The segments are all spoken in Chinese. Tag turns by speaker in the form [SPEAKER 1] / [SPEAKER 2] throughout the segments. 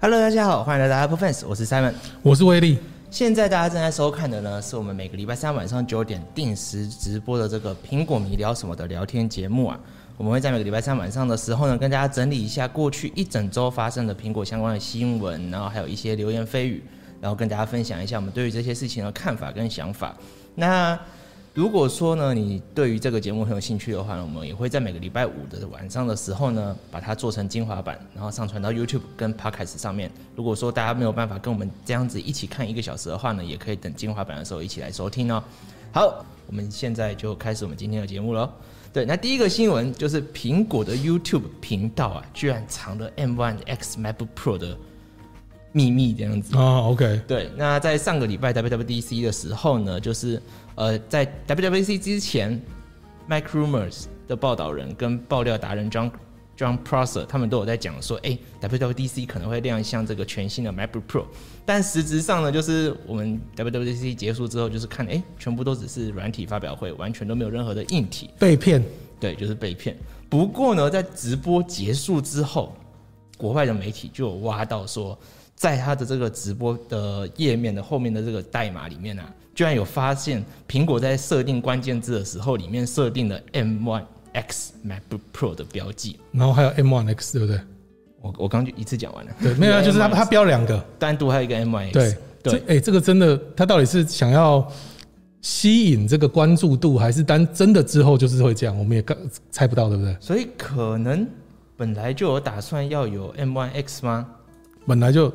[SPEAKER 1] Hello，大家好，欢迎来到 Apple Fans，我是 Simon。
[SPEAKER 2] 我是威力，
[SPEAKER 1] 现在大家正在收看的呢，是我们每个礼拜三晚上九点定时直播的这个“苹果迷聊什么”的聊天节目啊。我们会在每个礼拜三晚上的时候呢，跟大家整理一下过去一整周发生的苹果相关的新闻，然后还有一些流言蜚语，然后跟大家分享一下我们对于这些事情的看法跟想法。那如果说呢，你对于这个节目很有兴趣的话呢，我们也会在每个礼拜五的晚上的时候呢，把它做成精华版，然后上传到 YouTube 跟 Podcast 上面。如果说大家没有办法跟我们这样子一起看一个小时的话呢，也可以等精华版的时候一起来收听哦。好，我们现在就开始我们今天的节目喽。对，那第一个新闻就是苹果的 YouTube 频道啊，居然藏了 M1 X MacBook Pro 的秘密这样子。
[SPEAKER 2] 哦，OK，
[SPEAKER 1] 对，那在上个礼拜 WWDC 的时候呢，就是呃，在 WWDC 之前，Mac Rumors 的报道人跟爆料达人 John John Prosser 他们都有在讲说，哎、WWDC 可能会亮相这个全新的 MacBook Pro，但实质上呢，就是我们 WWDC 结束之后，就是看，哎、全部都只是软体发表会，完全都没有任何的硬体。
[SPEAKER 2] 被骗，
[SPEAKER 1] 对，就是被骗。不过呢，在直播结束之后，国外的媒体就有挖到说，在他的这个直播的页面的后面的这个代码里面啊，居然有发现苹果在设定关键字的时候，里面设定了 M1 X MacBook Pro 的标记。
[SPEAKER 2] 然后还有 M1X，对不对？
[SPEAKER 1] 我我刚就一次讲完了，
[SPEAKER 2] 对，没有啊，就是他
[SPEAKER 1] M1X
[SPEAKER 2] 他标两个，
[SPEAKER 1] 单独还有一个 M1 X，
[SPEAKER 2] 对，这
[SPEAKER 1] 对
[SPEAKER 2] 哎，这个真的，他到底是想要吸引这个关注度，还是单真的之后就是会这样，我们也刚猜不到，对不对？
[SPEAKER 1] 所以可能本来就有打算要有 M1 X 吗？
[SPEAKER 2] 本来就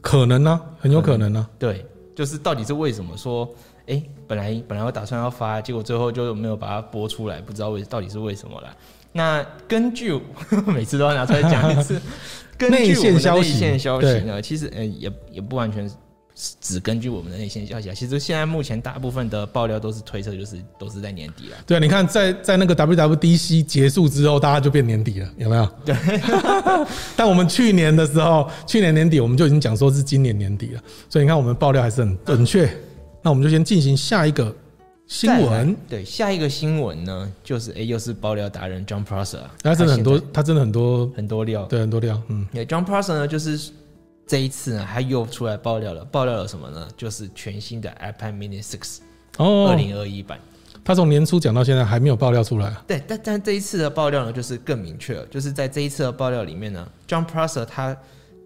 [SPEAKER 2] 可能呢，很有可能呢，啊
[SPEAKER 1] 对，就是到底是为什么说，哎、本来本来我打算要发，结果最后就没有把它播出来，不知道为到底是为什么啦。那根据 每次都要拿出来讲一次， 根据
[SPEAKER 2] 内
[SPEAKER 1] 我们
[SPEAKER 2] 线
[SPEAKER 1] 的
[SPEAKER 2] 消
[SPEAKER 1] 内
[SPEAKER 2] 息
[SPEAKER 1] 线消息呢，其实呃也也不完全是只根据我们的内线消息啊。其实现在目前大部分的爆料都是推测，就是都是在年底啦。
[SPEAKER 2] 对啊，你看在在那个 WWDC 结束之后，大家就变年底了，有没有？对。 但我们去年的时候，去年年底我们就已经讲说是今年年底了，所以你看我们爆料还是很准确。那我们就先进行下一个新
[SPEAKER 1] 再来
[SPEAKER 2] 闻。
[SPEAKER 1] 对下一个新闻呢，就是哎、又是爆料达人 John Prosser，啊
[SPEAKER 2] 他真的很
[SPEAKER 1] 现
[SPEAKER 2] 多
[SPEAKER 1] 在，
[SPEAKER 2] 他真的很多，
[SPEAKER 1] 很多料，
[SPEAKER 2] 对，很多料。嗯，
[SPEAKER 1] 对，John Prosser 呢，就是这一次呢，他又出来爆料了，爆料了什么呢？就是全新的 iPad Mini 6二
[SPEAKER 2] 哦，
[SPEAKER 1] 零二一版。
[SPEAKER 2] 他从年初讲到现在还没有爆料出来。
[SPEAKER 1] 对，但但这一次的爆料呢，就是更明确了，就是在这一次的爆料里面呢，John Prosser 他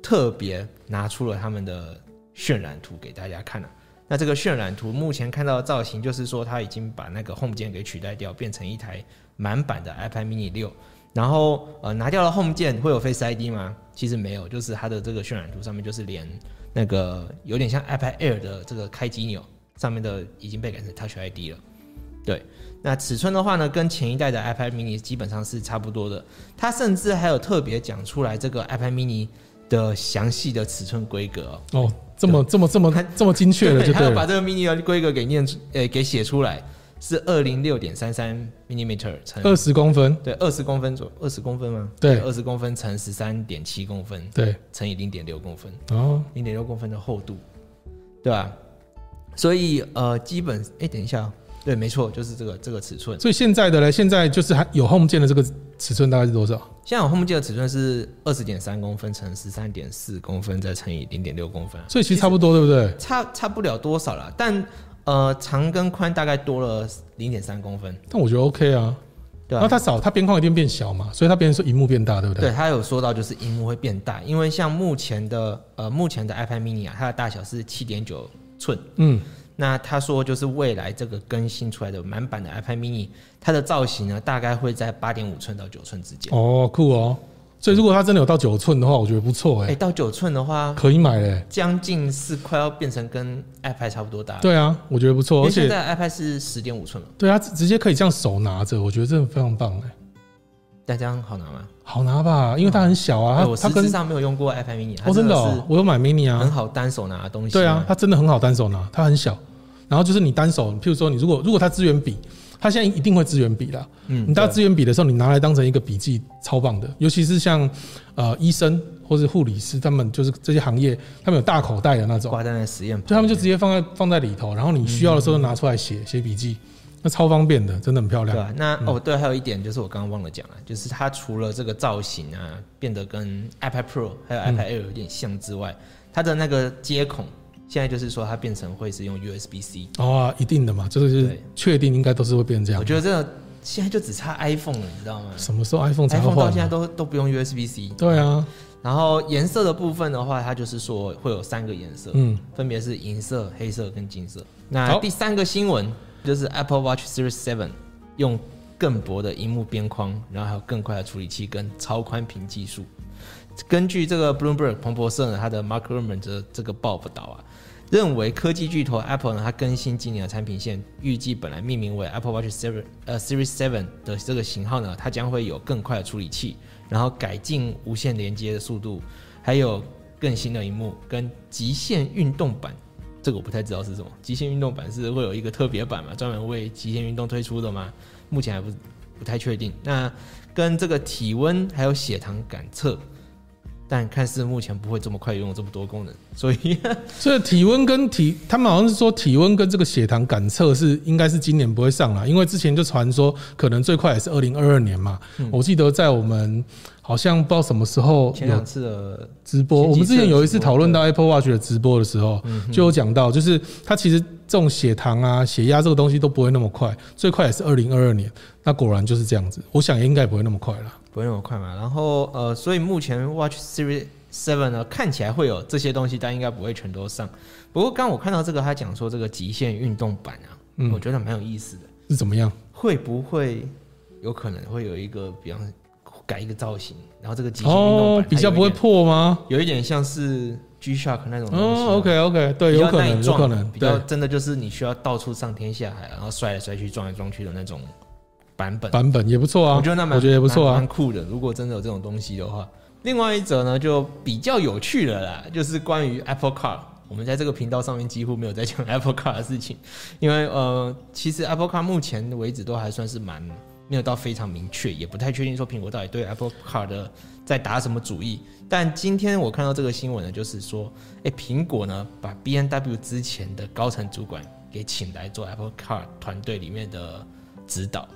[SPEAKER 1] 特别拿出了他们的渲染图给大家看了、那这个渲染图目前看到的造型，就是说他已经把那个 Home 键给取代掉，变成一台满版的 iPad mini 六。然后呃，拿掉了 Home 键会有 Face ID 吗？其实没有，就是它的这个渲染图上面就是连那个有点像 iPad Air 的这个开机钮上面的已经被改成 Touch ID 了。对，那尺寸的话呢，跟前一代的 iPad mini 基本上是差不多的。它甚至还有特别讲出来这个 iPad mini 的详细的尺寸规格、哦。
[SPEAKER 2] 哦，这么这么这么这么精确了就
[SPEAKER 1] 他
[SPEAKER 2] 对
[SPEAKER 1] 要把
[SPEAKER 2] 了。
[SPEAKER 1] 这个 mini 的规格给念出，呃、给写出来，是二零六点三三 millimeter 乘
[SPEAKER 2] 二十公分，
[SPEAKER 1] 对二十公分左二十公分吗？
[SPEAKER 2] 对
[SPEAKER 1] 二十公分乘十三点七公分
[SPEAKER 2] 对，
[SPEAKER 1] 乘以零点六公分，
[SPEAKER 2] 哦，
[SPEAKER 1] 零点六公分的厚度，对吧、所以呃，基本哎、等一下哦，对，没错，就是这个这个尺寸。
[SPEAKER 2] 所以现在的嘞，现在就是还有 Home 键的这个尺寸大概是多少？
[SPEAKER 1] 现在我 home 键的尺寸是二十点三公分乘十三点四公分，再乘以零点六公分啊，
[SPEAKER 2] 所以其实差不多，对不对？
[SPEAKER 1] 差差不了多少啦，但呃，长跟宽大概多了零点三公分，
[SPEAKER 2] 但我觉得 OK 啊。
[SPEAKER 1] 对
[SPEAKER 2] 然
[SPEAKER 1] 吧、
[SPEAKER 2] 后它少，它边框一定变小嘛，所以它变成说荧幕变大，对不对？
[SPEAKER 1] 对，他有说到就是荧幕会变大，因为像目前的呃目前的 iPad mini 啊，它的大小是七点九寸。
[SPEAKER 2] 嗯，
[SPEAKER 1] 那他说就是未来这个更新出来的满版的 iPad mini，它的造型呢大概会在八点五寸到九寸之间。
[SPEAKER 2] 哦，酷哦。所以如果它真的有到九寸的话，我觉得不错
[SPEAKER 1] 哎、
[SPEAKER 2] 哎，
[SPEAKER 1] 到九寸的话，
[SPEAKER 2] 可以买嘞。
[SPEAKER 1] 将近是快要变成跟 iPad 差不多大了。
[SPEAKER 2] 对啊，我觉得不
[SPEAKER 1] 因
[SPEAKER 2] 错，
[SPEAKER 1] 为
[SPEAKER 2] 而
[SPEAKER 1] 现
[SPEAKER 2] 且
[SPEAKER 1] 在 iPad 是十点五寸嘛，
[SPEAKER 2] 对啊，直直接可以这样手拿着，我觉得真的非常棒哎，
[SPEAKER 1] 但这样好拿吗？
[SPEAKER 2] 好拿吧，因为它很小
[SPEAKER 1] 嗯
[SPEAKER 2] 啊，
[SPEAKER 1] 哎我
[SPEAKER 2] 它
[SPEAKER 1] 实
[SPEAKER 2] 它跟
[SPEAKER 1] 质上没有用过 iPad mini，它
[SPEAKER 2] 哦真的哦，我有买 mini
[SPEAKER 1] 是
[SPEAKER 2] 啊
[SPEAKER 1] 很，好单手拿的东西。
[SPEAKER 2] 对啊，，它真的很好单手拿，它很小，然后就是你单手，譬如说你如果如果它资源笔，它现在一定会资源笔啦，
[SPEAKER 1] 嗯
[SPEAKER 2] 你到
[SPEAKER 1] 对
[SPEAKER 2] 资源笔的时候，你拿来当成一个笔记，超棒的。尤其是像呃医生或是护理师，他们就是这些行业，他们有大口袋的那种，
[SPEAKER 1] 挂在那实验盘，
[SPEAKER 2] 就他们就直接放在放在里头，然后你需要的时候拿出来写写笔记。那超方便的，真的很漂亮
[SPEAKER 1] 嗯对。啊，那、
[SPEAKER 2] 嗯
[SPEAKER 1] 哦对，还有一点就是我刚刚忘了讲了，就是它除了这个造型啊变得跟 iPad Pro 还有
[SPEAKER 2] 嗯
[SPEAKER 1] iPad Air 有点像之外，它的那个接孔现在就是说它变成会是用 USB C，
[SPEAKER 2] 哦，一定的嘛，这个就是
[SPEAKER 1] 对
[SPEAKER 2] 确定应该都是会变这样
[SPEAKER 1] 我。觉得这个现在就只差 iPhone 了，你知道吗
[SPEAKER 2] 什么时候 iPhone 才会
[SPEAKER 1] ？iPhone 到
[SPEAKER 2] 换
[SPEAKER 1] 现在
[SPEAKER 2] 啊？
[SPEAKER 1] 都都不用 USB C，
[SPEAKER 2] 对啊，
[SPEAKER 1] 然后颜色的部分的话，它就是说会有三个颜色，
[SPEAKER 2] 嗯，
[SPEAKER 1] 分别是银色、黑色跟金色。那
[SPEAKER 2] 好
[SPEAKER 1] 第三个新闻就是 Apple Watch Series 7用更薄的荧幕边框，然后还有更快的处理器跟超宽屏技术。根据这个 Bloomberg 彭博社呢，它的 Mark Gurman 的这个报道啊，认为科技巨头 Apple 呢，它更新今年的产品线，预计本来命名为 Apple Watch Seven 呃 Series Seven 的这个型号呢，它将会有更快的处理器，然后改进无线连接的速度，还有更新的荧幕跟极限运动版。这个我不太知道是什么，极限运动版是会有一个特别版嘛，专门为极限运动推出的吗？目前还不不太确定。那跟这个体温还有血糖感测，但看似目前不会这么快拥有这么多功能，所以
[SPEAKER 2] 所以体温跟体，他们好像是说体温跟这个血糖感测是应该是今年不会上啦，因为之前就传说可能最快也是二零二二年嘛。我记得在我们好像不知道什么时候
[SPEAKER 1] 嗯前
[SPEAKER 2] 有
[SPEAKER 1] 两次的
[SPEAKER 2] 直播，
[SPEAKER 1] 前
[SPEAKER 2] 我
[SPEAKER 1] 几
[SPEAKER 2] 们
[SPEAKER 1] 次
[SPEAKER 2] 之前有一
[SPEAKER 1] 有直
[SPEAKER 2] 次
[SPEAKER 1] 播嗯
[SPEAKER 2] 讨论到 Apple Watch 的直播的时候，就有讲到，就是它其实这种血糖啊、血压这个东西都不会那么快，最快也是二零二二年。那果然就是这样子，我想也应该也不会那么快了。
[SPEAKER 1] 不会那么快嘛。然后呃，所以目前 Watch Series Seven 呢，看起来会有这些东西，但应该不会全都上。不过刚我看到这个，他讲说这个极限运动版啊，
[SPEAKER 2] 嗯
[SPEAKER 1] 我觉得蛮有意思的。
[SPEAKER 2] 是怎么样？
[SPEAKER 1] 会不会有可能会有一个，比方改一个造型，然后这个极限运动
[SPEAKER 2] 哦
[SPEAKER 1] 版、，
[SPEAKER 2] 比较不会，破吗？
[SPEAKER 1] 有一点像是 G Shock 那种东西啊、
[SPEAKER 2] 哦，OK OK，对，
[SPEAKER 1] 比
[SPEAKER 2] 有
[SPEAKER 1] 较
[SPEAKER 2] 可
[SPEAKER 1] 耐
[SPEAKER 2] 能，有
[SPEAKER 1] 撞
[SPEAKER 2] 可能，
[SPEAKER 1] 比较
[SPEAKER 2] 对，
[SPEAKER 1] 真的就是你需要到处上天下海，然后摔来摔去、撞来撞去的那种版本。
[SPEAKER 2] 版本也不错啊。
[SPEAKER 1] 我觉得那蛮
[SPEAKER 2] 我觉得也不错
[SPEAKER 1] 蛮
[SPEAKER 2] 啊
[SPEAKER 1] 蛮。酷的。如果真的有这种东西的话，另外一则呢就比较有趣了啦，就是关于 Apple Car。我们在这个频道上面几乎没有在讲 Apple Car 的事情，因为呃，其实 Apple Car 目前为止都还算是蛮没有到非常明确，也不太确定说苹果到底对 Apple Car 的在打什么主意。但今天我看到这个新闻呢，就是说，哎，苹果呢把 B N W 之前的高层主管给请来做 Apple Car 团队里面的指导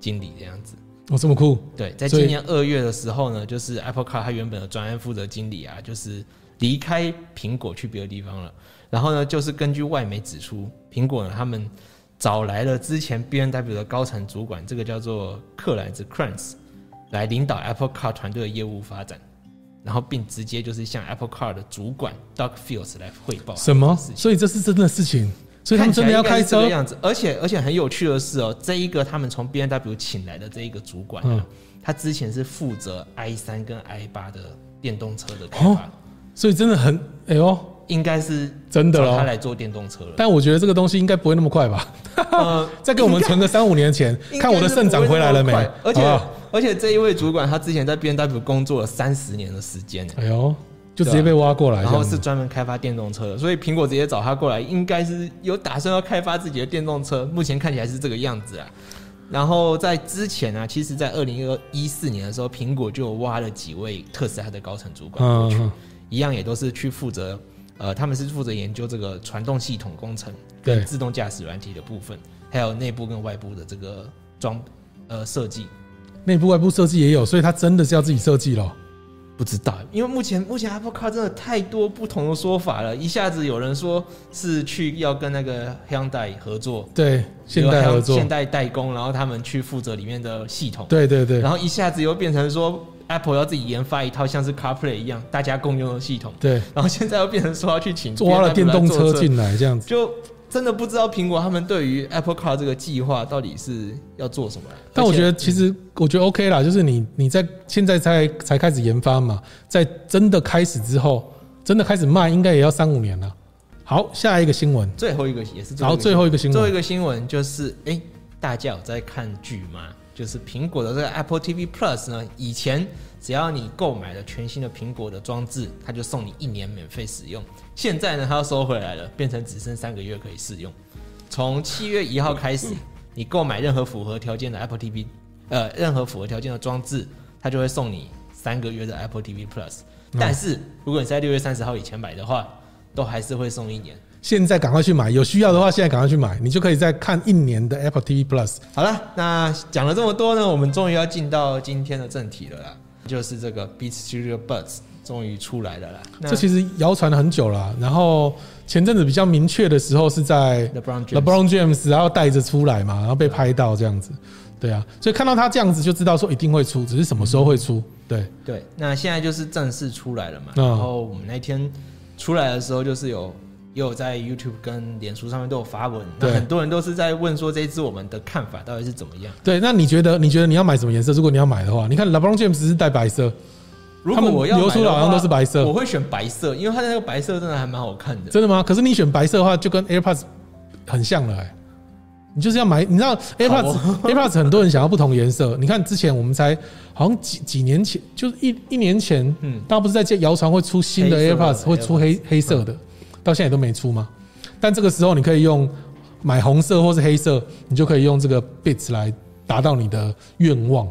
[SPEAKER 1] 经理这样子。
[SPEAKER 2] 哦，这么酷，
[SPEAKER 1] 对，在
[SPEAKER 2] 所以
[SPEAKER 1] 今年二月的时候呢，就是 Apple Car 它原本的专案负责经理啊，就是离开苹果去别的地方了。然后呢，就是根据外媒指出，苹果呢他们找来了之前 B N W 的高层主管，这个叫做克莱兹 Kranz，来领导 Apple Car 团队的业务发展，然后并直接就是向 Apple Car 的主管 Doug Fields 来汇报
[SPEAKER 2] 什么？
[SPEAKER 1] 事情
[SPEAKER 2] 所以这是真的事情，所以他们真的要开
[SPEAKER 1] 看起来应该是这个
[SPEAKER 2] 车，
[SPEAKER 1] 样子，而且而且很有趣的是哦，这一个他们从 B N W 请来的这一个主管、啊，
[SPEAKER 2] 嗯
[SPEAKER 1] 他之前是负责 i 三跟 i 八的电动车的开发，
[SPEAKER 2] 所以真的很，哎呦，
[SPEAKER 1] 应该是
[SPEAKER 2] 哦真的哦
[SPEAKER 1] 找他
[SPEAKER 2] 咯。
[SPEAKER 1] 来做电动车了。
[SPEAKER 2] 但我觉得这个东西应该不会那么快吧？
[SPEAKER 1] 呃，
[SPEAKER 2] 再给我们存个三五年前，啊看我的肾长回来了没啊
[SPEAKER 1] 应该是？不会那么快而
[SPEAKER 2] 好不
[SPEAKER 1] 且
[SPEAKER 2] 好
[SPEAKER 1] 而且这一位主管他之前在 B N W 工作了三十年的时间啊呢。
[SPEAKER 2] 哎呦，就直接被挖过来，
[SPEAKER 1] 然
[SPEAKER 2] 这
[SPEAKER 1] 后
[SPEAKER 2] 样
[SPEAKER 1] 是
[SPEAKER 2] 子。
[SPEAKER 1] 专门开发电动车的，所以苹果直接找他过来，应该是有打算要开发自己的电动车。目前看起来是这个样子啊。然后在之前啊，其实，在二零一四年的时候，苹果就挖了几位特斯拉的高层主管过去，
[SPEAKER 2] 嗯，
[SPEAKER 1] 一样也都是去负责，呃，他们是负责研究这个传动系统工程跟
[SPEAKER 2] 对，
[SPEAKER 1] 自动驾驶软体的部分，还有内部跟外部的这个装呃设计。
[SPEAKER 2] 内部外部设计也有，所以他真的是要自己设计咯。
[SPEAKER 1] 不知道，因为目前目前 Apple Car 真的太多不同的说法了，一下子有人说是去要跟那个 Hyundai 合作，
[SPEAKER 2] 对，现代合
[SPEAKER 1] 有
[SPEAKER 2] 作
[SPEAKER 1] 现，代代工，然后他们去负责里面的系统，
[SPEAKER 2] 对对对
[SPEAKER 1] 然后一下子又变成说 Apple 要自己研发一套像是 CarPlay 一样大家共用的系统，
[SPEAKER 2] 对，
[SPEAKER 1] 然后现在又变成说要去请
[SPEAKER 2] 挖了
[SPEAKER 1] BMW
[SPEAKER 2] 电动
[SPEAKER 1] 来
[SPEAKER 2] 车
[SPEAKER 1] 做这，
[SPEAKER 2] 进来这样子。
[SPEAKER 1] 就真的不知道苹果他们对于 Apple Car 这个计划到底是要做什么。
[SPEAKER 2] 但我觉得
[SPEAKER 1] 而且嗯
[SPEAKER 2] 其实我觉得 OK 啦，就是你你在现在才才开始研发嘛，在真的开始之后，真的开始卖应该也要三五年了。好，下一个新闻，
[SPEAKER 1] 最后一个也是
[SPEAKER 2] 然后
[SPEAKER 1] 最
[SPEAKER 2] 最后一个新
[SPEAKER 1] 最后一
[SPEAKER 2] 闻，
[SPEAKER 1] 个新闻就是，哎、大家有在看剧吗？就是苹果的这个 Apple TV Plus 呢，以前只要你购买了全新的苹果的装置，它就送你一年免费使用。现在呢，它要收回来了，变成只剩三个月可以试用。从七月一
[SPEAKER 2] 嗯
[SPEAKER 1] 号开始，你购买任何符合条件的 Apple TV，呃，任何符合条件的装置，它就会送你三个月的 Apple TV Plus。但是如果你在六月三十号以前买的话，都还是会送一年。
[SPEAKER 2] 现在赶快去买，有需要的话现在赶快去买，你就可以再看一年的 Apple TV Plus。
[SPEAKER 1] 好了，那讲了这么多呢，我们终于要进到今天的正题了啦，就是这个 Beat Studio Buds 终于出来了啦。那
[SPEAKER 2] 这其实谣传了很久了啊，然后前阵子比较明确的时候是在
[SPEAKER 1] LeBron James 啊
[SPEAKER 2] LeBron James，然后带着出来嘛，然后被拍到这样子，对啊，所以看到他这样子就知道说一定会出，只是什么时候会
[SPEAKER 1] 嗯
[SPEAKER 2] 出，对，
[SPEAKER 1] 对，那现在就是正式出来了嘛。
[SPEAKER 2] 嗯
[SPEAKER 1] 然后我们那天出来的时候，就是有也有在 YouTube 跟脸书上面都有发文，那
[SPEAKER 2] 对
[SPEAKER 1] 很多人都是在问说这一支我们的看法到底是怎么样。
[SPEAKER 2] 对，那你觉得你觉得你要买什么颜色？如果你要买的话，你看 LeBron James 是带白色，
[SPEAKER 1] 如
[SPEAKER 2] 他
[SPEAKER 1] 果
[SPEAKER 2] 们
[SPEAKER 1] 我要
[SPEAKER 2] 流
[SPEAKER 1] 买
[SPEAKER 2] 出
[SPEAKER 1] 的
[SPEAKER 2] 来好像
[SPEAKER 1] 话
[SPEAKER 2] 都是白色
[SPEAKER 1] 我会选白色，因为它那个白色真的还蛮好看的。
[SPEAKER 2] 真的吗？可是你选白色的话，就跟 AirPods 很像了、欸。你就是要买，你知道 AirPods、AirPods
[SPEAKER 1] 哦
[SPEAKER 2] 很多人想要不同颜色。你看之前我们才好像几几年前，就是一一年前，嗯
[SPEAKER 1] 嗯，
[SPEAKER 2] 大家不是在谣传会出新的
[SPEAKER 1] 黑色的
[SPEAKER 2] AirPods 会出黑黑色的，到现在也都没出吗？但这个时候你可以用买红色或是黑色，你就可以用这个 Beats 来达到你的愿望。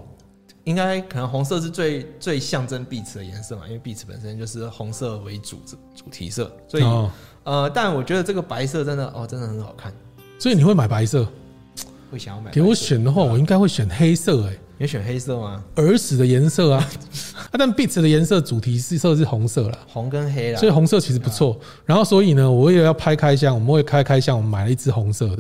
[SPEAKER 1] 应该可能红色是最最象征 Beats 的颜色嘛，因为 Beats 本身就是红色为主主题色，所以、
[SPEAKER 2] 哦
[SPEAKER 1] 呃，但我觉得这个白色真的哦，真的很好看，
[SPEAKER 2] 所以你会买白色？
[SPEAKER 1] 会想要买白色。
[SPEAKER 2] 给我选的话，我应该会选黑色、欸。哎，
[SPEAKER 1] 你会选黑色吗？
[SPEAKER 2] 儿时的颜色 啊，啊，但 Beats 的颜色主题是色是红色啦，
[SPEAKER 1] 红跟黑啦，
[SPEAKER 2] 所以红色其实不错。然后所以呢，我为了要拍开箱，我们会开开箱，我们买了一支红色的，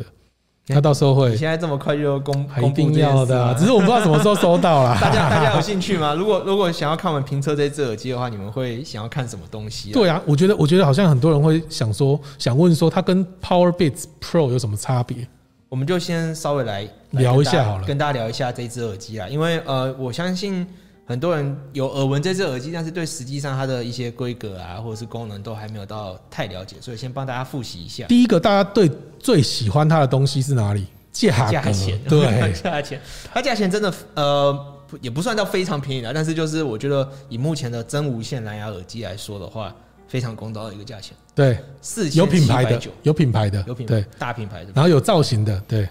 [SPEAKER 1] 你看
[SPEAKER 2] 那到时候
[SPEAKER 1] 你
[SPEAKER 2] 会
[SPEAKER 1] 现在这么快就公
[SPEAKER 2] 还一
[SPEAKER 1] 公布
[SPEAKER 2] 定
[SPEAKER 1] 这件
[SPEAKER 2] 要
[SPEAKER 1] 事
[SPEAKER 2] 的啊，
[SPEAKER 1] 吗
[SPEAKER 2] 只是我不知道什么时候收到啦。
[SPEAKER 1] 大家大家有兴趣吗？如果如果想要看我们评测这只耳机的话，你们会想要看什么东西、啊？，
[SPEAKER 2] 对啊，我觉得我觉得好像很多人会想说，想问说它跟 Power Beats Pro 有什么差别？
[SPEAKER 1] 我们就先稍微来来
[SPEAKER 2] 聊
[SPEAKER 1] 跟
[SPEAKER 2] 一
[SPEAKER 1] 大
[SPEAKER 2] 下好了
[SPEAKER 1] 跟大家聊一下这只耳机啦。因为呃，我相信很多人有耳闻这只耳机，但是对实际上它的一些规格啊，或者是功能都还没有到太了解，所以先帮大家复习一下
[SPEAKER 2] 第一个，大家对最喜欢它的东西是哪里？价格，
[SPEAKER 1] 价钱。
[SPEAKER 2] 对
[SPEAKER 1] 价钱，它价钱真的呃。不也不算到非常便宜啦，但是就是我觉得以目前的真无线蓝牙耳机来说的话，非常公道的一个价钱，
[SPEAKER 2] 对，
[SPEAKER 1] 四千
[SPEAKER 2] 有品牌的
[SPEAKER 1] 九，，
[SPEAKER 2] 有品牌的，
[SPEAKER 1] 有品牌
[SPEAKER 2] 对，，
[SPEAKER 1] 大品牌的，
[SPEAKER 2] 然后有造型的，对，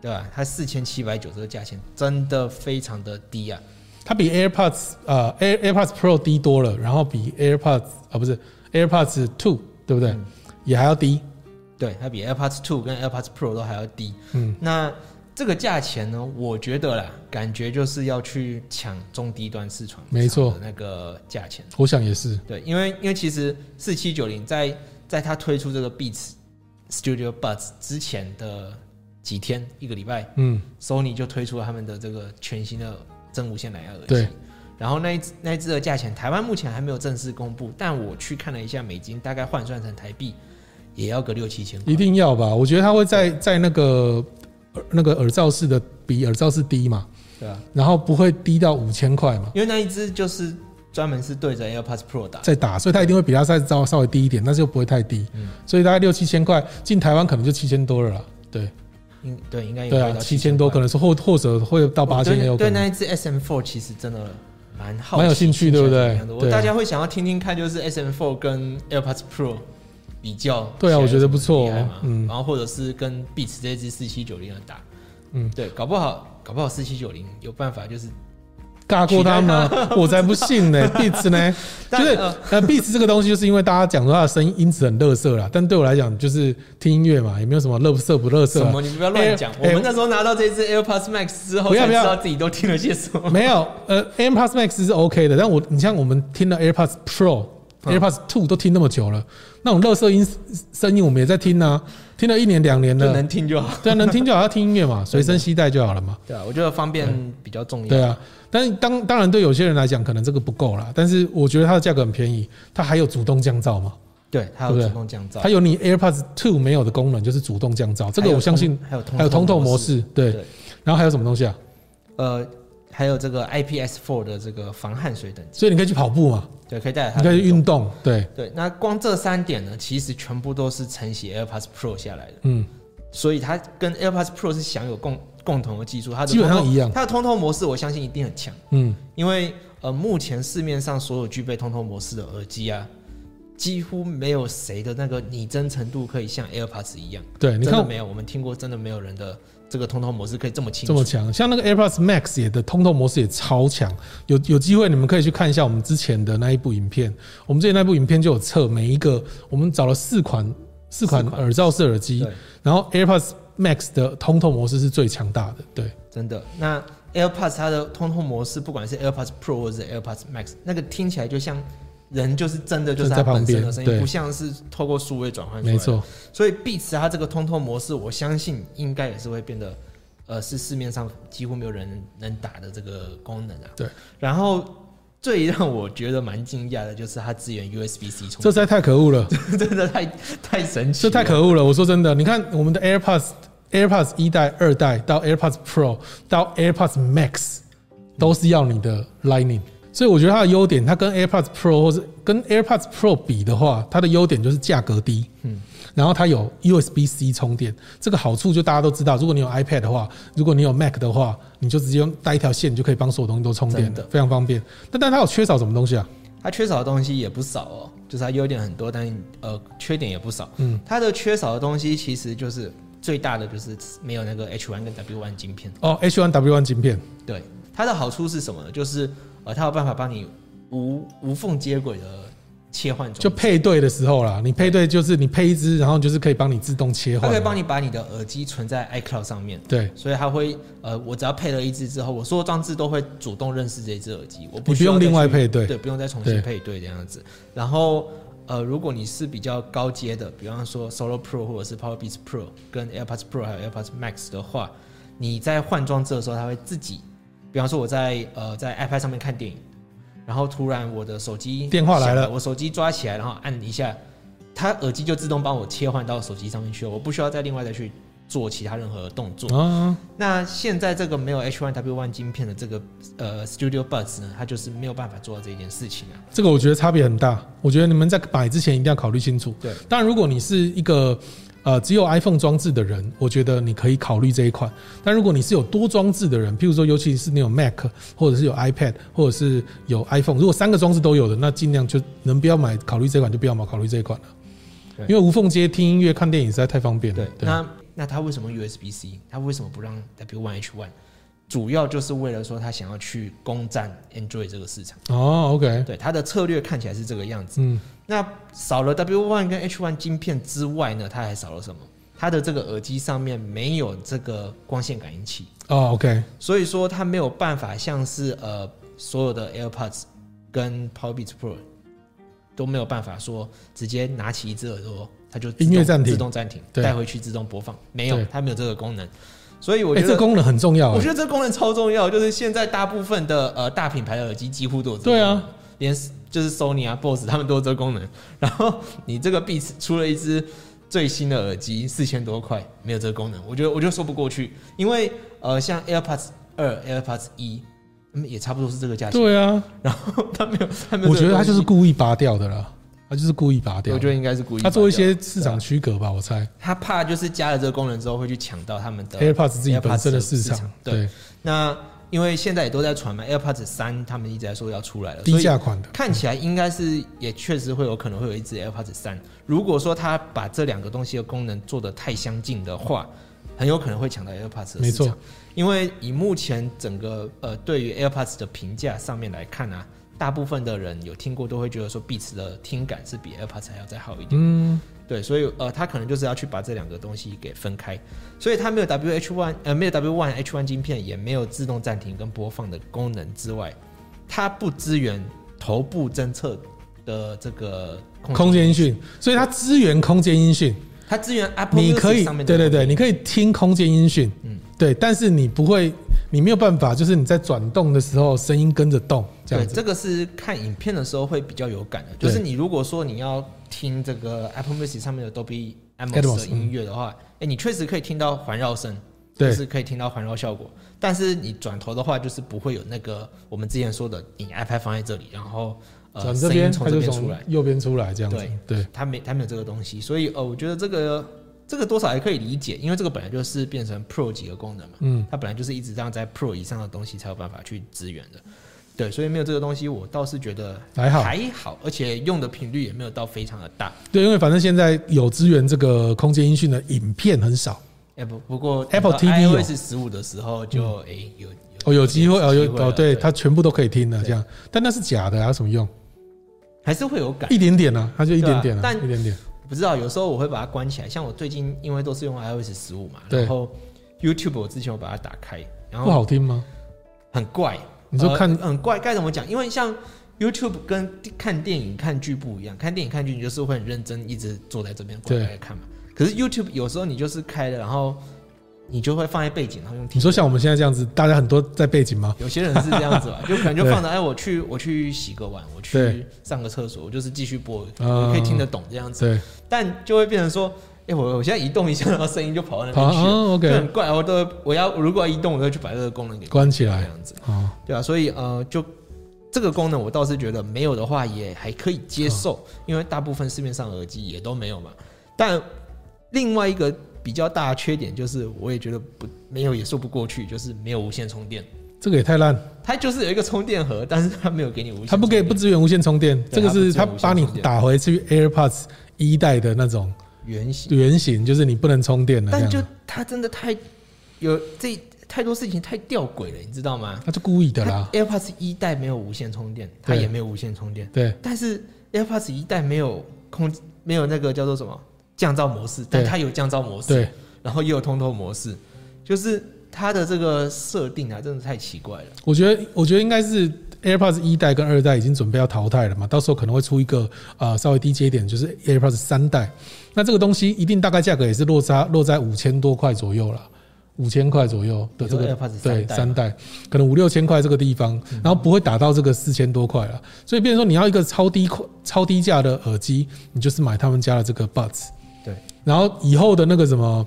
[SPEAKER 1] 对吧？它四千七百九这个价钱真的非常的低啊，
[SPEAKER 2] 它比 AirPods 呃 Air AirPods Pro 低多了，然后比 AirPods 啊不是 AirPods Two 对不对？
[SPEAKER 1] 嗯
[SPEAKER 2] 也还要低，
[SPEAKER 1] 对，它比 AirPods Two 跟 AirPods Pro 都还要低。
[SPEAKER 2] 嗯，
[SPEAKER 1] 那这个价钱呢，我觉得啦，感觉就是要去抢中低端市场，
[SPEAKER 2] 没错，
[SPEAKER 1] 那个价钱。
[SPEAKER 2] 我想也是。
[SPEAKER 1] 对，因为因为其实四七九零在在它推出这个 Beats Studio Buds 之前的几天，一个礼拜
[SPEAKER 2] 嗯，
[SPEAKER 1] ，Sony 就推出了他们的这个全新的真无线蓝牙耳机。
[SPEAKER 2] 对。
[SPEAKER 1] 然后那一只那一只的价钱，台湾目前还没有正式公布，但我去看了一下美金，大概换算成台币也要个六七千块
[SPEAKER 2] 一。定要吧？我觉得它会在在那个呃那个耳罩式的比耳罩式低嘛，
[SPEAKER 1] 对啊，
[SPEAKER 2] 然后不会低到五千块嘛，
[SPEAKER 1] 因为那一只就是专门是对着 AirPods Pro 打，
[SPEAKER 2] 再打，所以它一定会比它再稍稍微低一点，但是又不会太低，
[SPEAKER 1] 嗯
[SPEAKER 2] 所以大概六七千块，进台湾可能就七千多了啦。对
[SPEAKER 1] 应对应该有
[SPEAKER 2] 对
[SPEAKER 1] 贵
[SPEAKER 2] 啊，
[SPEAKER 1] 到
[SPEAKER 2] 七千多
[SPEAKER 1] 块
[SPEAKER 2] 可能是或或者会到八千也有
[SPEAKER 1] 我
[SPEAKER 2] 可
[SPEAKER 1] 对
[SPEAKER 2] 能。
[SPEAKER 1] 那对那一只 SM Four 其实真的蛮好，
[SPEAKER 2] 蛮有兴趣对不对
[SPEAKER 1] 是怎么样的
[SPEAKER 2] 对
[SPEAKER 1] 我
[SPEAKER 2] 啊
[SPEAKER 1] 大家会想要听听看，就是 SM Four 跟 AirPods Pro 比较起来有什么厉害嘛，
[SPEAKER 2] 对啊我觉得不错哦嗯
[SPEAKER 1] 嗯，然后或者是跟 Beats 这只四七九零的打，
[SPEAKER 2] 嗯
[SPEAKER 1] 嗯，对，搞不好搞不好四七九零有办法就是
[SPEAKER 2] 尬过他们，啊 我才不 信呢、b e a t s 呢，就
[SPEAKER 1] 但
[SPEAKER 2] 是呃，Beats 这个东西，就是因为大家讲说它的声音音质很乐色啦，但对我来讲，就是听音乐嘛，也没有什么乐色不乐色
[SPEAKER 1] 什
[SPEAKER 2] 啊。
[SPEAKER 1] 么？你不要乱讲。
[SPEAKER 2] 哎
[SPEAKER 1] 我们那时候拿到这只 AirPods Max 之后，
[SPEAKER 2] 不要
[SPEAKER 1] 才
[SPEAKER 2] 不
[SPEAKER 1] 知
[SPEAKER 2] 要
[SPEAKER 1] 道自己都听了些什么。
[SPEAKER 2] 没有，呃，AirPods Max 是 OK 的，但我你像我们听了 AirPods Pro、
[SPEAKER 1] 嗯
[SPEAKER 2] AirPods Two 都听那么久了，那种乐色音声音我们也在听啊，听了一年两年
[SPEAKER 1] 就
[SPEAKER 2] 了，
[SPEAKER 1] 能听就好。
[SPEAKER 2] 对啊，能听就好，要听音乐 嘛，随身携带就好了嘛。
[SPEAKER 1] 对啊，我觉得方便比较重要。
[SPEAKER 2] 对啊，但是当当然对有些人来讲，可能这个不够啦，但是我觉得它的价格很便宜，它还有主动降噪嘛。
[SPEAKER 1] 对，它有
[SPEAKER 2] 对不对
[SPEAKER 1] 主动降噪
[SPEAKER 2] 它，有你 AirPods Two 没有的功能，就是主动降噪。这
[SPEAKER 1] 还
[SPEAKER 2] 个
[SPEAKER 1] 有
[SPEAKER 2] 我相信
[SPEAKER 1] 通还有通
[SPEAKER 2] 还有通透模
[SPEAKER 1] 式，
[SPEAKER 2] 式，对
[SPEAKER 1] 对。
[SPEAKER 2] 然后还有什么东西啊？
[SPEAKER 1] 呃，还有这个 IPS4 的这个防汗水等级，
[SPEAKER 2] 所以你可以去跑步嘛，
[SPEAKER 1] 对，可以带来
[SPEAKER 2] 你
[SPEAKER 1] 它
[SPEAKER 2] 可以去
[SPEAKER 1] 运动。
[SPEAKER 2] 运动，对，
[SPEAKER 1] 对，那光这三点呢，其实全部都是承袭 AirPods Pro 下来的，
[SPEAKER 2] 嗯，
[SPEAKER 1] 所以它跟 AirPods Pro 是享有共共同的技术，它的
[SPEAKER 2] 基本上
[SPEAKER 1] 通透
[SPEAKER 2] 一样
[SPEAKER 1] 它的通透模式我相信一定很强，
[SPEAKER 2] 嗯，
[SPEAKER 1] 因为呃，目前市面上所有具备通透模式的耳机啊，几乎没有谁的那个拟真程度可以像 AirPods 一样。
[SPEAKER 2] 对。你
[SPEAKER 1] 真的
[SPEAKER 2] 看
[SPEAKER 1] 没有，我们听过真的没有人的这个通透模式可以这么清
[SPEAKER 2] 这
[SPEAKER 1] 楚。
[SPEAKER 2] 么强，像那个 AirPods Max 也的通透模式也超强。有有机会你们可以去看一下我们之前的那一部影片，我们之前那部影片就有测每一个，我们找了四款四款
[SPEAKER 1] 四款
[SPEAKER 2] 耳罩式耳机
[SPEAKER 1] 对，
[SPEAKER 2] 然后 AirPods Max 的通透模式是最强大的，对，
[SPEAKER 1] 真的。那 AirPods 它的通透模式，不管是 AirPods Pro 或者是 AirPods Max，那个听起来就像人就是真的就是
[SPEAKER 2] 就
[SPEAKER 1] 它
[SPEAKER 2] 在旁
[SPEAKER 1] 本身
[SPEAKER 2] 边
[SPEAKER 1] 的声
[SPEAKER 2] 对
[SPEAKER 1] 音，不像是透过数位转换出来。
[SPEAKER 2] 没。错，
[SPEAKER 1] 所以 Beats 它这个通透模式，我相信应该也是会变得，呃，是市面上几乎没有人能打的这个功能啊。
[SPEAKER 2] 对。
[SPEAKER 1] 然后最让我觉得蛮惊讶的就是它支援 USB-C
[SPEAKER 2] 这
[SPEAKER 1] 充
[SPEAKER 2] 实在太可恶了，
[SPEAKER 1] 电， 真的太太神奇
[SPEAKER 2] 这
[SPEAKER 1] 了。
[SPEAKER 2] 太可恶了。我说真的，你看我们的 AirPods AirPods 一代、二代到 AirPods Pro 到 AirPods Max 都是要你的 Lightning，所以我觉得它的优点，它跟 AirPods Pro 或是跟 AirPods Pro 比的话，它的优点就是价格低，嗯，然后它有 USB-C 充电，这个好处就大家都知道，如果你有 iPad 的话，如果你有 Mac 的话，你就直接用带一条线，你就可以帮所有东西都充电
[SPEAKER 1] 真的
[SPEAKER 2] 非常方便。但但它有缺少什么东西啊？
[SPEAKER 1] 它缺少的东西也不少哦，就是它优点很多，但呃缺点也不少。嗯，它的缺少的东西其实就是最大的就是没有那个 H1 跟 W1 晶片。
[SPEAKER 2] 哦，H1W1 晶片，
[SPEAKER 1] 对，它的好处是什么呢？就是呃它有办法帮你无无缝接轨的切换
[SPEAKER 2] 就
[SPEAKER 1] 中，
[SPEAKER 2] 配对的时候啦，你配对就是你配一支，然后就是可以帮你自动切
[SPEAKER 1] 它
[SPEAKER 2] 换。
[SPEAKER 1] 可以帮你把你的耳机存在 iCloud 上面。
[SPEAKER 2] 对，
[SPEAKER 1] 所以它会，呃，我只要配了一只之后，我所有装置都会主动认识这只耳机，我
[SPEAKER 2] 你不
[SPEAKER 1] 需要
[SPEAKER 2] 用
[SPEAKER 1] 再
[SPEAKER 2] 另外
[SPEAKER 1] 去
[SPEAKER 2] 配对。
[SPEAKER 1] 对，不用再重新
[SPEAKER 2] 对
[SPEAKER 1] 配对这样子。然后呃，如果你是比较高阶的，比方说 Solo Pro 或者是 Power Beats Pro 跟 AirPods Pro 还有 AirPods Max 的话，你在换装置的时候，它会自己，比方说我在呃在 iPad 上面看电影，然后突然我的手机
[SPEAKER 2] 电话来
[SPEAKER 1] 响
[SPEAKER 2] 了
[SPEAKER 1] 我手机抓起来，然后按一下，它耳机就自动帮我切换到手机上面去了，我不需要再另外再去做其他任何动作。
[SPEAKER 2] 啊，
[SPEAKER 1] 那现在这个没有 H1W1 晶片的这个呃 Studio Buds 呢，它就是没有办法做到这件事情啊。
[SPEAKER 2] 这个我觉得差别很大。我觉得你们在买之前一定要考虑清楚。
[SPEAKER 1] 对，
[SPEAKER 2] 当然如果你是一个呃只有 iPhone 装置的人，我觉得你可以考虑这一款。但如果你是有多装置的人，譬如说尤其是你有 Mac 或者是有 iPad 或者是有 iPhone，如果三个装置都有的，那尽量就能不要买考虑这款就不要买考虑这一款了。
[SPEAKER 1] 对
[SPEAKER 2] 因为无缝接听音乐、看电影实在太方便了。
[SPEAKER 1] 对，那那它为什么 USB-C？它为什么不让 W1H1？主要就是为了说它想要去攻占 Android 这个市场。
[SPEAKER 2] 哦，OK，
[SPEAKER 1] 对，它的策略看起来是这个样子。
[SPEAKER 2] 嗯，
[SPEAKER 1] 那少了 W1 跟 H1 晶片之外呢，它还少了什么？它的这个耳机上面没有这个光线感应器。
[SPEAKER 2] 哦，OK，
[SPEAKER 1] 所以说它没有办法像是呃所有的 AirPods 跟 Power Beats Pro 都没有办法说直接拿起一只耳朵，它就自动
[SPEAKER 2] 音乐暂停
[SPEAKER 1] 自动暂停，
[SPEAKER 2] 对
[SPEAKER 1] 带回去自动播放，没有
[SPEAKER 2] 对，
[SPEAKER 1] 它没有这个功能。所以我
[SPEAKER 2] 哎、
[SPEAKER 1] 觉
[SPEAKER 2] 这
[SPEAKER 1] 得，
[SPEAKER 2] 功能很重要、
[SPEAKER 1] 我
[SPEAKER 2] 欸。
[SPEAKER 1] 觉得这个功能超重要，就是现在大部分的呃大品牌的耳机几乎都有这个
[SPEAKER 2] 对
[SPEAKER 1] 功能。
[SPEAKER 2] 啊，
[SPEAKER 1] 连就是 Sony 啊、Boss 他们都有这个功能。然后你这个 Beats 出了一只最新的耳机，四千多块，没有这个功能，我觉得我就说不过去。因为呃，像 AirPods 二、AirPods 一，嗯，也差不多是这个价钱。
[SPEAKER 2] 对啊，
[SPEAKER 1] 然后他没有，他没有。
[SPEAKER 2] 我觉得他就是，故意拔掉的啦，他就是故意拔掉
[SPEAKER 1] 我觉
[SPEAKER 2] 的。
[SPEAKER 1] 得啊应该是故意。
[SPEAKER 2] 他做一，些市场区隔吧，我猜。
[SPEAKER 1] 他怕就是加了这个功能之后会去抢到他们的
[SPEAKER 2] AirPods 自己本身的
[SPEAKER 1] 啊 AirPods
[SPEAKER 2] 市
[SPEAKER 1] 市
[SPEAKER 2] 场
[SPEAKER 1] 场，对
[SPEAKER 2] 对
[SPEAKER 1] 那。因为现在也都在传嘛，AirPods 三他们一直在说要出来了，所
[SPEAKER 2] 低
[SPEAKER 1] 以
[SPEAKER 2] 价款的，
[SPEAKER 1] 看起来应该是也确实会有可能会有一只 AirPods 三。如果说它把这两个东西的功能做得太相近的话，很有可能会抢到 AirPods 的
[SPEAKER 2] 没
[SPEAKER 1] 市
[SPEAKER 2] 错
[SPEAKER 1] 场。因为以目前整个呃对于 AirPods 的评价上面来看啊，大部分的人有听过都会觉得说 Beats 的听感是比 AirPods 还要再好一点。
[SPEAKER 2] 嗯，
[SPEAKER 1] 对，所以呃，它可能就是要去把这两个东西给分开，所以它没有 WH1 呃没有 W1 H1 晶片，也没有自动暂停跟播放的功能之外，它不支援头部侦测的这个控
[SPEAKER 2] 嗯空间音讯，所以它支援空间音讯，
[SPEAKER 1] 它支援 Apple
[SPEAKER 2] 你可
[SPEAKER 1] Music
[SPEAKER 2] 以
[SPEAKER 1] 上面
[SPEAKER 2] 对
[SPEAKER 1] 的
[SPEAKER 2] 对对，你可以听空间音讯，
[SPEAKER 1] 嗯
[SPEAKER 2] 对，但是你不会，你没有办法，就是你在转动的时候声音跟着动这
[SPEAKER 1] 对，
[SPEAKER 2] 样子，
[SPEAKER 1] 这个是看影片的时候会比较有感的，就是
[SPEAKER 2] 对
[SPEAKER 1] 你如果说你要听这个 Apple Music 上面的 Dolby
[SPEAKER 2] Atmos，嗯
[SPEAKER 1] Atmos 的音乐的话，哎、你确实可以听到环绕声。就
[SPEAKER 2] 对
[SPEAKER 1] 是可以听到环绕效果。但是你转头的话，就是不会有那个我们之前说的，你 iPad 放在这里，然后呃
[SPEAKER 2] 转这
[SPEAKER 1] 声音
[SPEAKER 2] 边
[SPEAKER 1] 从
[SPEAKER 2] 它
[SPEAKER 1] 这
[SPEAKER 2] 就
[SPEAKER 1] 边
[SPEAKER 2] 从
[SPEAKER 1] 出来，
[SPEAKER 2] 右边出来这样子
[SPEAKER 1] 对，
[SPEAKER 2] 对，
[SPEAKER 1] 它没它没有这个东西，所以呃，我觉得这个这个多少还可以理解，因为这个本来就是变成 Pro 级的功能嘛，
[SPEAKER 2] 嗯，
[SPEAKER 1] 它本来就是一直这样在 Pro 以上的东西才有办法去支援的。对，所以没有这个东西，我倒是觉得
[SPEAKER 2] 还好
[SPEAKER 1] 还好，而且用的频率也没有到非常的大。
[SPEAKER 2] 对，因为反正现在有支援这个空间音讯的影片很少。
[SPEAKER 1] 哎、不不过
[SPEAKER 2] Apple
[SPEAKER 1] 等
[SPEAKER 2] TV 有
[SPEAKER 1] 到 iOS 十五的时候就哎、有啊
[SPEAKER 2] 哦，有机会哦，有哦，对，
[SPEAKER 1] 它
[SPEAKER 2] 它全部都可以听的这样，但那是假的啊，有什么用？
[SPEAKER 1] 还是会有感。
[SPEAKER 2] 一点点啊，它就一点点
[SPEAKER 1] 对啊
[SPEAKER 2] 啊，
[SPEAKER 1] 但
[SPEAKER 2] 一点点。
[SPEAKER 1] 不知道，有时候我会把它关起来。像我最近因为都是用 iOS 十五嘛，
[SPEAKER 2] 对
[SPEAKER 1] 然后 YouTube 我之前我把它打开，然
[SPEAKER 2] 不
[SPEAKER 1] 后
[SPEAKER 2] 好听吗？
[SPEAKER 1] 很怪。
[SPEAKER 2] 你说
[SPEAKER 1] 呃
[SPEAKER 2] 看
[SPEAKER 1] 很怪，该怎么讲？因为像 YouTube 跟看电影、看剧不一样，看电影、看剧你就是会很认真，一直坐在这边乖
[SPEAKER 2] 对
[SPEAKER 1] 乖地看嘛。可是 YouTube 有时候你就是开了，然后你就会放在背景，然后用听
[SPEAKER 2] 你说像我们现在这样子，大家很多在背景吗？
[SPEAKER 1] 有些人是这样子 吧，就可能就
[SPEAKER 2] 对
[SPEAKER 1] 放着，哎，我去我去洗个碗，我去
[SPEAKER 2] 对
[SPEAKER 1] 上个厕所，我就是继续播，
[SPEAKER 2] 嗯
[SPEAKER 1] 我可以听得懂这样子，
[SPEAKER 2] 对，
[SPEAKER 1] 但就会变成说，哎，我我现在移动一下，然后声音就跑到那
[SPEAKER 2] 好
[SPEAKER 1] 边去了，
[SPEAKER 2] 啊
[SPEAKER 1] 就
[SPEAKER 2] ，OK，
[SPEAKER 1] 很怪。我都我要如果要移动，我就去把这个功能给
[SPEAKER 2] 关起
[SPEAKER 1] 这
[SPEAKER 2] 来，
[SPEAKER 1] 样子，
[SPEAKER 2] 哦，
[SPEAKER 1] 对啊，所以呃，就这个功能我倒是觉得没有的话也还可以接
[SPEAKER 2] 嗯
[SPEAKER 1] 受，因为大部分市面上耳机也都没有嘛。但另外一个比较大的缺点就是，我也觉得不没有也说不过去，就是没有无线充电。
[SPEAKER 2] 这个也太烂，
[SPEAKER 1] 它就是有一个充电盒，但是它没有给你无线，
[SPEAKER 2] 它不给不支援无线充电，这
[SPEAKER 1] 对
[SPEAKER 2] 个是
[SPEAKER 1] 它
[SPEAKER 2] 它
[SPEAKER 1] 不支援无线
[SPEAKER 2] 把你
[SPEAKER 1] 充电
[SPEAKER 2] 打回去 AirPods 一代的那种
[SPEAKER 1] 原型，
[SPEAKER 2] 原型，就是你不能充电的，
[SPEAKER 1] 但
[SPEAKER 2] 这
[SPEAKER 1] 就
[SPEAKER 2] 样啊
[SPEAKER 1] 它真的太有这太多事情太吊诡了，你知道吗？
[SPEAKER 2] 它就故意的啦，
[SPEAKER 1] 它，AirPods 一代没有无线充电，它
[SPEAKER 2] 对
[SPEAKER 1] 也没有无线充电，
[SPEAKER 2] 对，
[SPEAKER 1] 但是 AirPods 一代没有空没有那个叫做什么降噪模式，但它有降噪模式，
[SPEAKER 2] 对，
[SPEAKER 1] 然后也有通透模式，就是它的这个设定啊，真的太奇怪了。
[SPEAKER 2] 我觉得，我觉得应该是 AirPods 一代跟二代已经准备要淘汰了嘛，到时候可能会出一个呃稍微低阶一点，就是 AirPods 三代。那这个东西一定大概价格也是落差落在五千多块左右啦，五千块左右的这
[SPEAKER 1] 你
[SPEAKER 2] 个
[SPEAKER 1] 说 AirPods 三代吗
[SPEAKER 2] 对
[SPEAKER 1] 嗯
[SPEAKER 2] 三代，可能五六千块这个地方，然后不会打到这个四千多块了。所以变成说你要一个超低块超低价的耳机，你就是买他们家的这个 Buds。
[SPEAKER 1] 对，
[SPEAKER 2] 然后以后的那个什么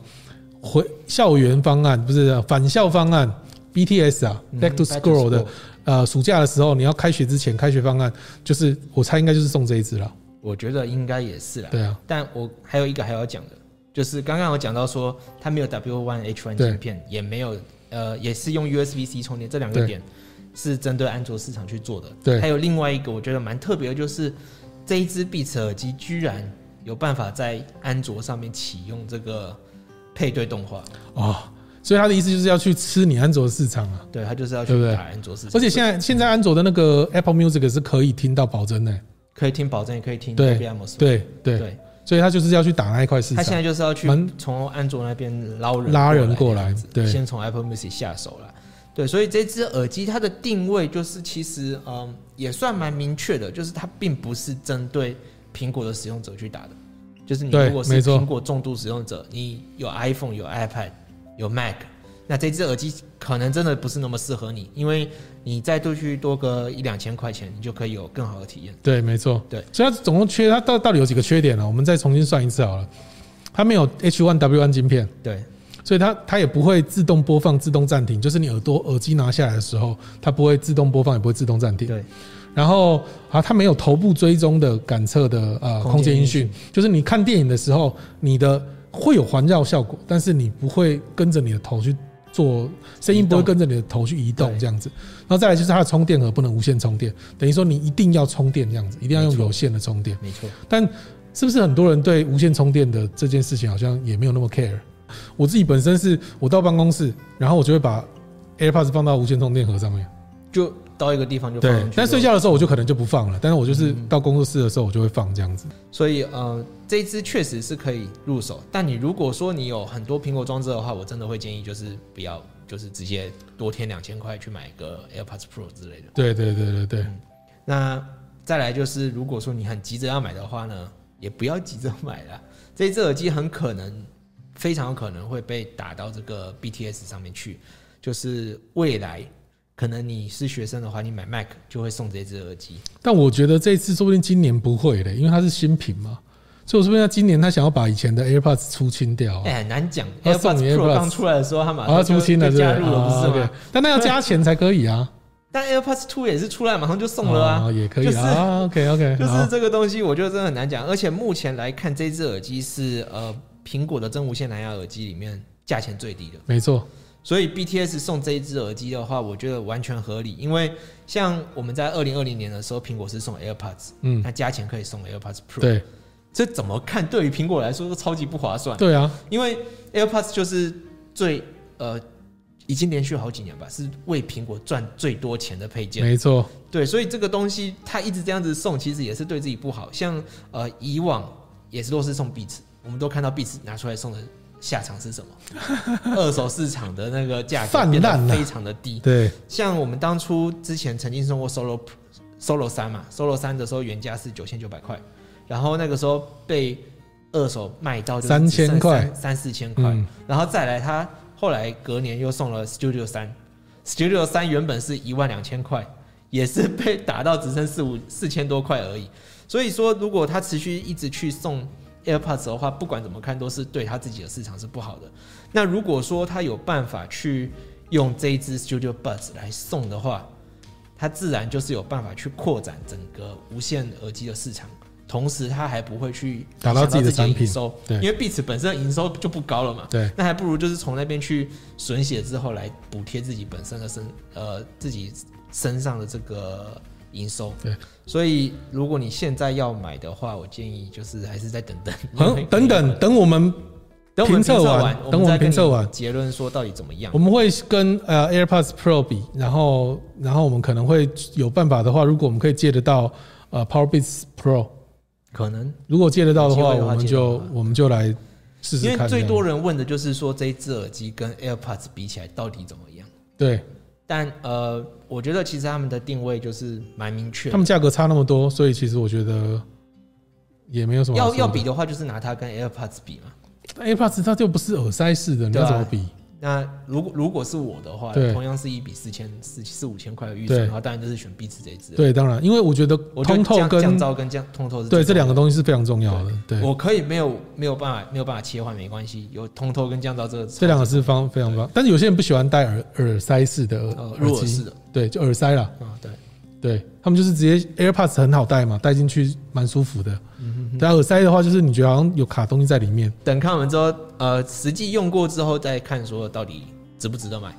[SPEAKER 2] 回校园方案不是返校方案，BTS 啊
[SPEAKER 1] 嗯
[SPEAKER 2] ，Back to
[SPEAKER 1] Back to
[SPEAKER 2] School 的
[SPEAKER 1] school
[SPEAKER 2] 呃暑假的时候，你要开学之前开学方案，就是我猜应该就是送这一只了。
[SPEAKER 1] 我觉得应该也是啦。
[SPEAKER 2] 对啊，
[SPEAKER 1] 但我还有一个还要讲的，就是刚刚我讲到说它没有 W1H1
[SPEAKER 2] 对
[SPEAKER 1] 芯片，也没有呃，也是用 USB-C 充电，这两
[SPEAKER 2] 对
[SPEAKER 1] 个点是针对安卓市场去做的。
[SPEAKER 2] 对
[SPEAKER 1] 还有另外一个我觉得蛮特别的，就是这一只 Beats 耳机居然有办法在安卓上面启用这个配对动画，
[SPEAKER 2] 哦，所以他的意思就是要去吃你安卓市场啊。
[SPEAKER 1] 对，它就是要去
[SPEAKER 2] 对不对
[SPEAKER 1] 打安卓市场，
[SPEAKER 2] 而且现在现在安卓的那个 Apple Music 是可以听到保真的、
[SPEAKER 1] 可以听保证，也可以听
[SPEAKER 2] 对
[SPEAKER 1] b m
[SPEAKER 2] 对对，
[SPEAKER 1] 对，
[SPEAKER 2] 所以他就是要去打那一块市
[SPEAKER 1] 他现
[SPEAKER 2] 场。
[SPEAKER 1] 在就是要去
[SPEAKER 2] 蛮
[SPEAKER 1] 从安卓那边捞人
[SPEAKER 2] 拉人过
[SPEAKER 1] 过
[SPEAKER 2] 来
[SPEAKER 1] 这样子
[SPEAKER 2] 对
[SPEAKER 1] 先从 Apple Music 下手了。对，所以这只耳机它的定位就是其实嗯也算蛮明确的，就是它并不是针对苹果的使用者去打的，就是你
[SPEAKER 2] 对
[SPEAKER 1] 如果是
[SPEAKER 2] 没错
[SPEAKER 1] 苹果重度使用者，你有 iPhone 有 iPad 有 Mac，那这只耳机可能真的不是那么适合你，因为你再多去多个一两千块钱，你就可以有更好的体验。
[SPEAKER 2] 对，没错。
[SPEAKER 1] 对，
[SPEAKER 2] 所以它总共缺它到到底有几个缺点呢、我们再重新算一次好了。它没有 H1W1 晶片，
[SPEAKER 1] 对，
[SPEAKER 2] 所以它它也不会自动播放、自动暂停，就是你耳朵耳机拿下来的时候，它不会自动播放，也不会自动暂停。
[SPEAKER 1] 对。
[SPEAKER 2] 然后啊，它没有头部追踪的感测的呃空
[SPEAKER 1] 空
[SPEAKER 2] 间
[SPEAKER 1] 间
[SPEAKER 2] 音
[SPEAKER 1] 音
[SPEAKER 2] 讯，就是你看电影的时候，你的会有环绕效果，但是你不会跟着你的头去做声音，
[SPEAKER 1] 移动
[SPEAKER 2] 不会跟着你的头去移动
[SPEAKER 1] 对
[SPEAKER 2] 这样子。然后再来就是它的充电盒不能无线充电，等于说你一定要充电这样子，一定要用
[SPEAKER 1] 没错
[SPEAKER 2] 有线的充电。
[SPEAKER 1] 没错。
[SPEAKER 2] 但是不是很多人对无线充电的这件事情好像也没有那么 care？我自己本身是我到办公室，然后我就会把 AirPods 放到无线充电盒上面。
[SPEAKER 1] 就到一个地方就放上去就。
[SPEAKER 2] 但睡觉的时候我就可能就不放了，但是我就是
[SPEAKER 1] 嗯
[SPEAKER 2] 到工作室的时候我就会放这样子。
[SPEAKER 1] 所以呃，这一支确实是可以入手，但你如果说你有很多苹果装置的话，我真的会建议就是不要，就是直接多添两千块去买一个 AirPods Pro 之类的。
[SPEAKER 2] 对对对对对，
[SPEAKER 1] 嗯那再来就是，如果说你很急着要买的话呢，也不要急着买了，这只耳机很可能，非常有可能会被打到这个 BTS 上面去，就是未来可能你是学生的话，你买 Mac 就会送这只耳机。
[SPEAKER 2] 但我觉得这一次说不定今年不会的，因为它是新品嘛，所以我说不定他今年他想要把以前的 AirPods 出清掉、啊
[SPEAKER 1] 哎、。很难讲。
[SPEAKER 2] 他送
[SPEAKER 1] AirPods
[SPEAKER 2] 你
[SPEAKER 1] Pro
[SPEAKER 2] AirPods
[SPEAKER 1] 刚出来的时候，他马
[SPEAKER 2] 啊，它
[SPEAKER 1] 上就
[SPEAKER 2] 出清了，
[SPEAKER 1] 就
[SPEAKER 2] 对
[SPEAKER 1] 加
[SPEAKER 2] 对
[SPEAKER 1] 入了，不是
[SPEAKER 2] 啊
[SPEAKER 1] 吗
[SPEAKER 2] ，OK？但那要加钱才可 以啊，
[SPEAKER 1] 但 AirPods Two 也是出来马上就送了啊
[SPEAKER 2] 哦，也可以
[SPEAKER 1] 就是
[SPEAKER 2] 啊，OK OK，
[SPEAKER 1] 就是这个东西，我觉得真的很难讲。而且目前来看，这只耳机是呃苹果的真无线蓝牙耳机里面价钱最低的，
[SPEAKER 2] 没错，
[SPEAKER 1] 所以 BTS 送这一只耳机的话，我觉得完全合理。因为像我们在二零二零年的时候，苹果是送 AirPods，
[SPEAKER 2] 嗯，
[SPEAKER 1] 那加钱可以送 AirPods Pro，
[SPEAKER 2] 对
[SPEAKER 1] 这怎么看对于苹果来说都超级不划算。
[SPEAKER 2] 对啊，
[SPEAKER 1] 因为 AirPods 就是最呃，已经连续好几年吧，是为苹果赚最多钱的配件。
[SPEAKER 2] 没错，
[SPEAKER 1] 对，所以这个东西它一直这样子送，其实也是对自己不好。像呃以往也是都是送壁纸，我们都看到壁纸拿出来送的下场是什么？ 二手市场的那个价格
[SPEAKER 2] 泛
[SPEAKER 1] 变
[SPEAKER 2] 滥
[SPEAKER 1] 得
[SPEAKER 2] 啊
[SPEAKER 1] 非常的低。
[SPEAKER 2] 对，
[SPEAKER 1] 像我们当初之前曾经送过 Solo Solo 三嘛，Solo 三的时候原价是九千九百块，然后那个时候被二手卖到就是
[SPEAKER 2] 3000
[SPEAKER 1] 只剩
[SPEAKER 2] 块
[SPEAKER 1] 三四千块，
[SPEAKER 2] 嗯，
[SPEAKER 1] 然后再来他后来隔年又送了 Studio 三，Studio 三原本是一万两千块，也是被打到只剩四五四千多块而已。所以说，如果他持续一直去送 AirPods 的话，不管怎么看都是对他自己的市场是不好的。那如果说他有办法去用这一支 Studio Buds 来送的话，它自然就是有办法去扩展整个无线耳机的市场，同时它还不会去
[SPEAKER 2] 打到自己的产品
[SPEAKER 1] 影响到自己的营收，
[SPEAKER 2] 对
[SPEAKER 1] 因为 Beats 本身营收就不高了嘛，
[SPEAKER 2] 对，
[SPEAKER 1] 那还不如就是从那边去损血之后来补贴自己本身的身呃自己身上的这个营收。
[SPEAKER 2] 对，
[SPEAKER 1] 所以如果你现在要买的话，我建议就是还是再等等，
[SPEAKER 2] 很嗯等等等我们
[SPEAKER 1] 等我们
[SPEAKER 2] 评测完
[SPEAKER 1] 完，
[SPEAKER 2] 等我们
[SPEAKER 1] 再跟
[SPEAKER 2] 评测
[SPEAKER 1] 你
[SPEAKER 2] 完
[SPEAKER 1] 结论说到底怎么样
[SPEAKER 2] 我。们会跟呃 AirPods Pro 比，然后然后我们可能会有办法的话，如果我们可以借得到呃 Powerbeats Pro，
[SPEAKER 1] 可能
[SPEAKER 2] 如果借得到的话，
[SPEAKER 1] 有机会的
[SPEAKER 2] 我
[SPEAKER 1] 话
[SPEAKER 2] 们
[SPEAKER 1] 借得到
[SPEAKER 2] 就我们就来试试
[SPEAKER 1] 因为
[SPEAKER 2] 看这
[SPEAKER 1] 最
[SPEAKER 2] 样。
[SPEAKER 1] 多人问的就是说这一只耳机跟 AirPods 比起来到底怎么样。
[SPEAKER 2] 对
[SPEAKER 1] 但呃，我觉得其实他们的定位就是蛮明确的。
[SPEAKER 2] 他们价格差那么多，所以其实我觉得也没有什么好啊
[SPEAKER 1] 要
[SPEAKER 2] 说的
[SPEAKER 1] 要比的话，就是拿它跟 AirPods 比嘛。
[SPEAKER 2] AirPods 它就不是耳塞式的，你
[SPEAKER 1] 对
[SPEAKER 2] 要
[SPEAKER 1] 啊
[SPEAKER 2] 怎么比？
[SPEAKER 1] 那如果如果是我的话，
[SPEAKER 2] 对
[SPEAKER 1] 同样是一笔四千四四五千块的预算
[SPEAKER 2] 对
[SPEAKER 1] 的话，当然就是选 B 次这一支。，
[SPEAKER 2] 对，当然，因为我觉得
[SPEAKER 1] 我觉得
[SPEAKER 2] 通透
[SPEAKER 1] 降降
[SPEAKER 2] 跟
[SPEAKER 1] 噪跟降通透是
[SPEAKER 2] 对这两
[SPEAKER 1] 个，
[SPEAKER 2] 个东西是非常重要的。对，
[SPEAKER 1] 我可以没有没有办法没有办法切换没关系，有通透跟降噪这个
[SPEAKER 2] 这两个是方非常棒，但是有些人不喜欢戴耳耳塞式的耳
[SPEAKER 1] 呃
[SPEAKER 2] 耳
[SPEAKER 1] 入耳式
[SPEAKER 2] 机，
[SPEAKER 1] 的
[SPEAKER 2] 对，就耳塞啦。
[SPEAKER 1] 啊对，
[SPEAKER 2] 对他们就是直接 AirPods 很好戴嘛，戴进去蛮舒服的。
[SPEAKER 1] 嗯
[SPEAKER 2] 但耳塞的话，就是你觉得好像有卡东西在里面。
[SPEAKER 1] 等看完之后，呃，实际用过之后再看说到底值不值得买。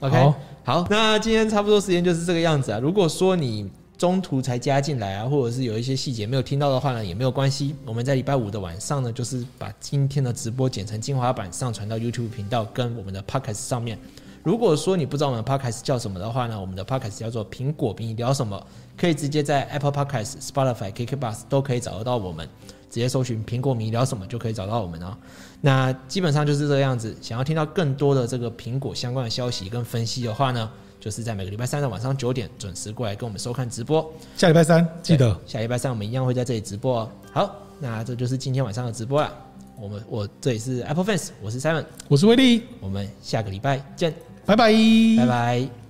[SPEAKER 1] OK，
[SPEAKER 2] 好
[SPEAKER 1] 好，那今天差不多时间就是这个样子啊。如果说你中途才加进来啊，或者是有一些细节没有听到的话呢，也没有关系。我们在礼拜五的晚上呢，就是把今天的直播剪成精华版，上传到 YouTube 频道跟我们的 Podcast 上面。如果说你不知道我们的 Podcast 叫什么的话呢，我们的 Podcast 叫做“苹果比你聊什么”，可以直接在 Apple Podcast、Spotify、KKBox 都可以找得到我们，直接搜寻“苹果迷聊什么”就可以找到我们哦。那基本上就是这个样子。想要听到更多的这个苹果相关的消息跟分析的话呢，就是在每个礼拜三的晚上九点准时过来跟我们收看直播。
[SPEAKER 2] 下礼拜三记得
[SPEAKER 1] 下礼拜三我们一样会在这里直播、哦。好，那这就是今天晚上的直播啦。我们我这里是 Apple Fans，我是 Simon，
[SPEAKER 2] 我是威力，
[SPEAKER 1] 我们下个礼拜见，
[SPEAKER 2] 拜拜，
[SPEAKER 1] 拜拜。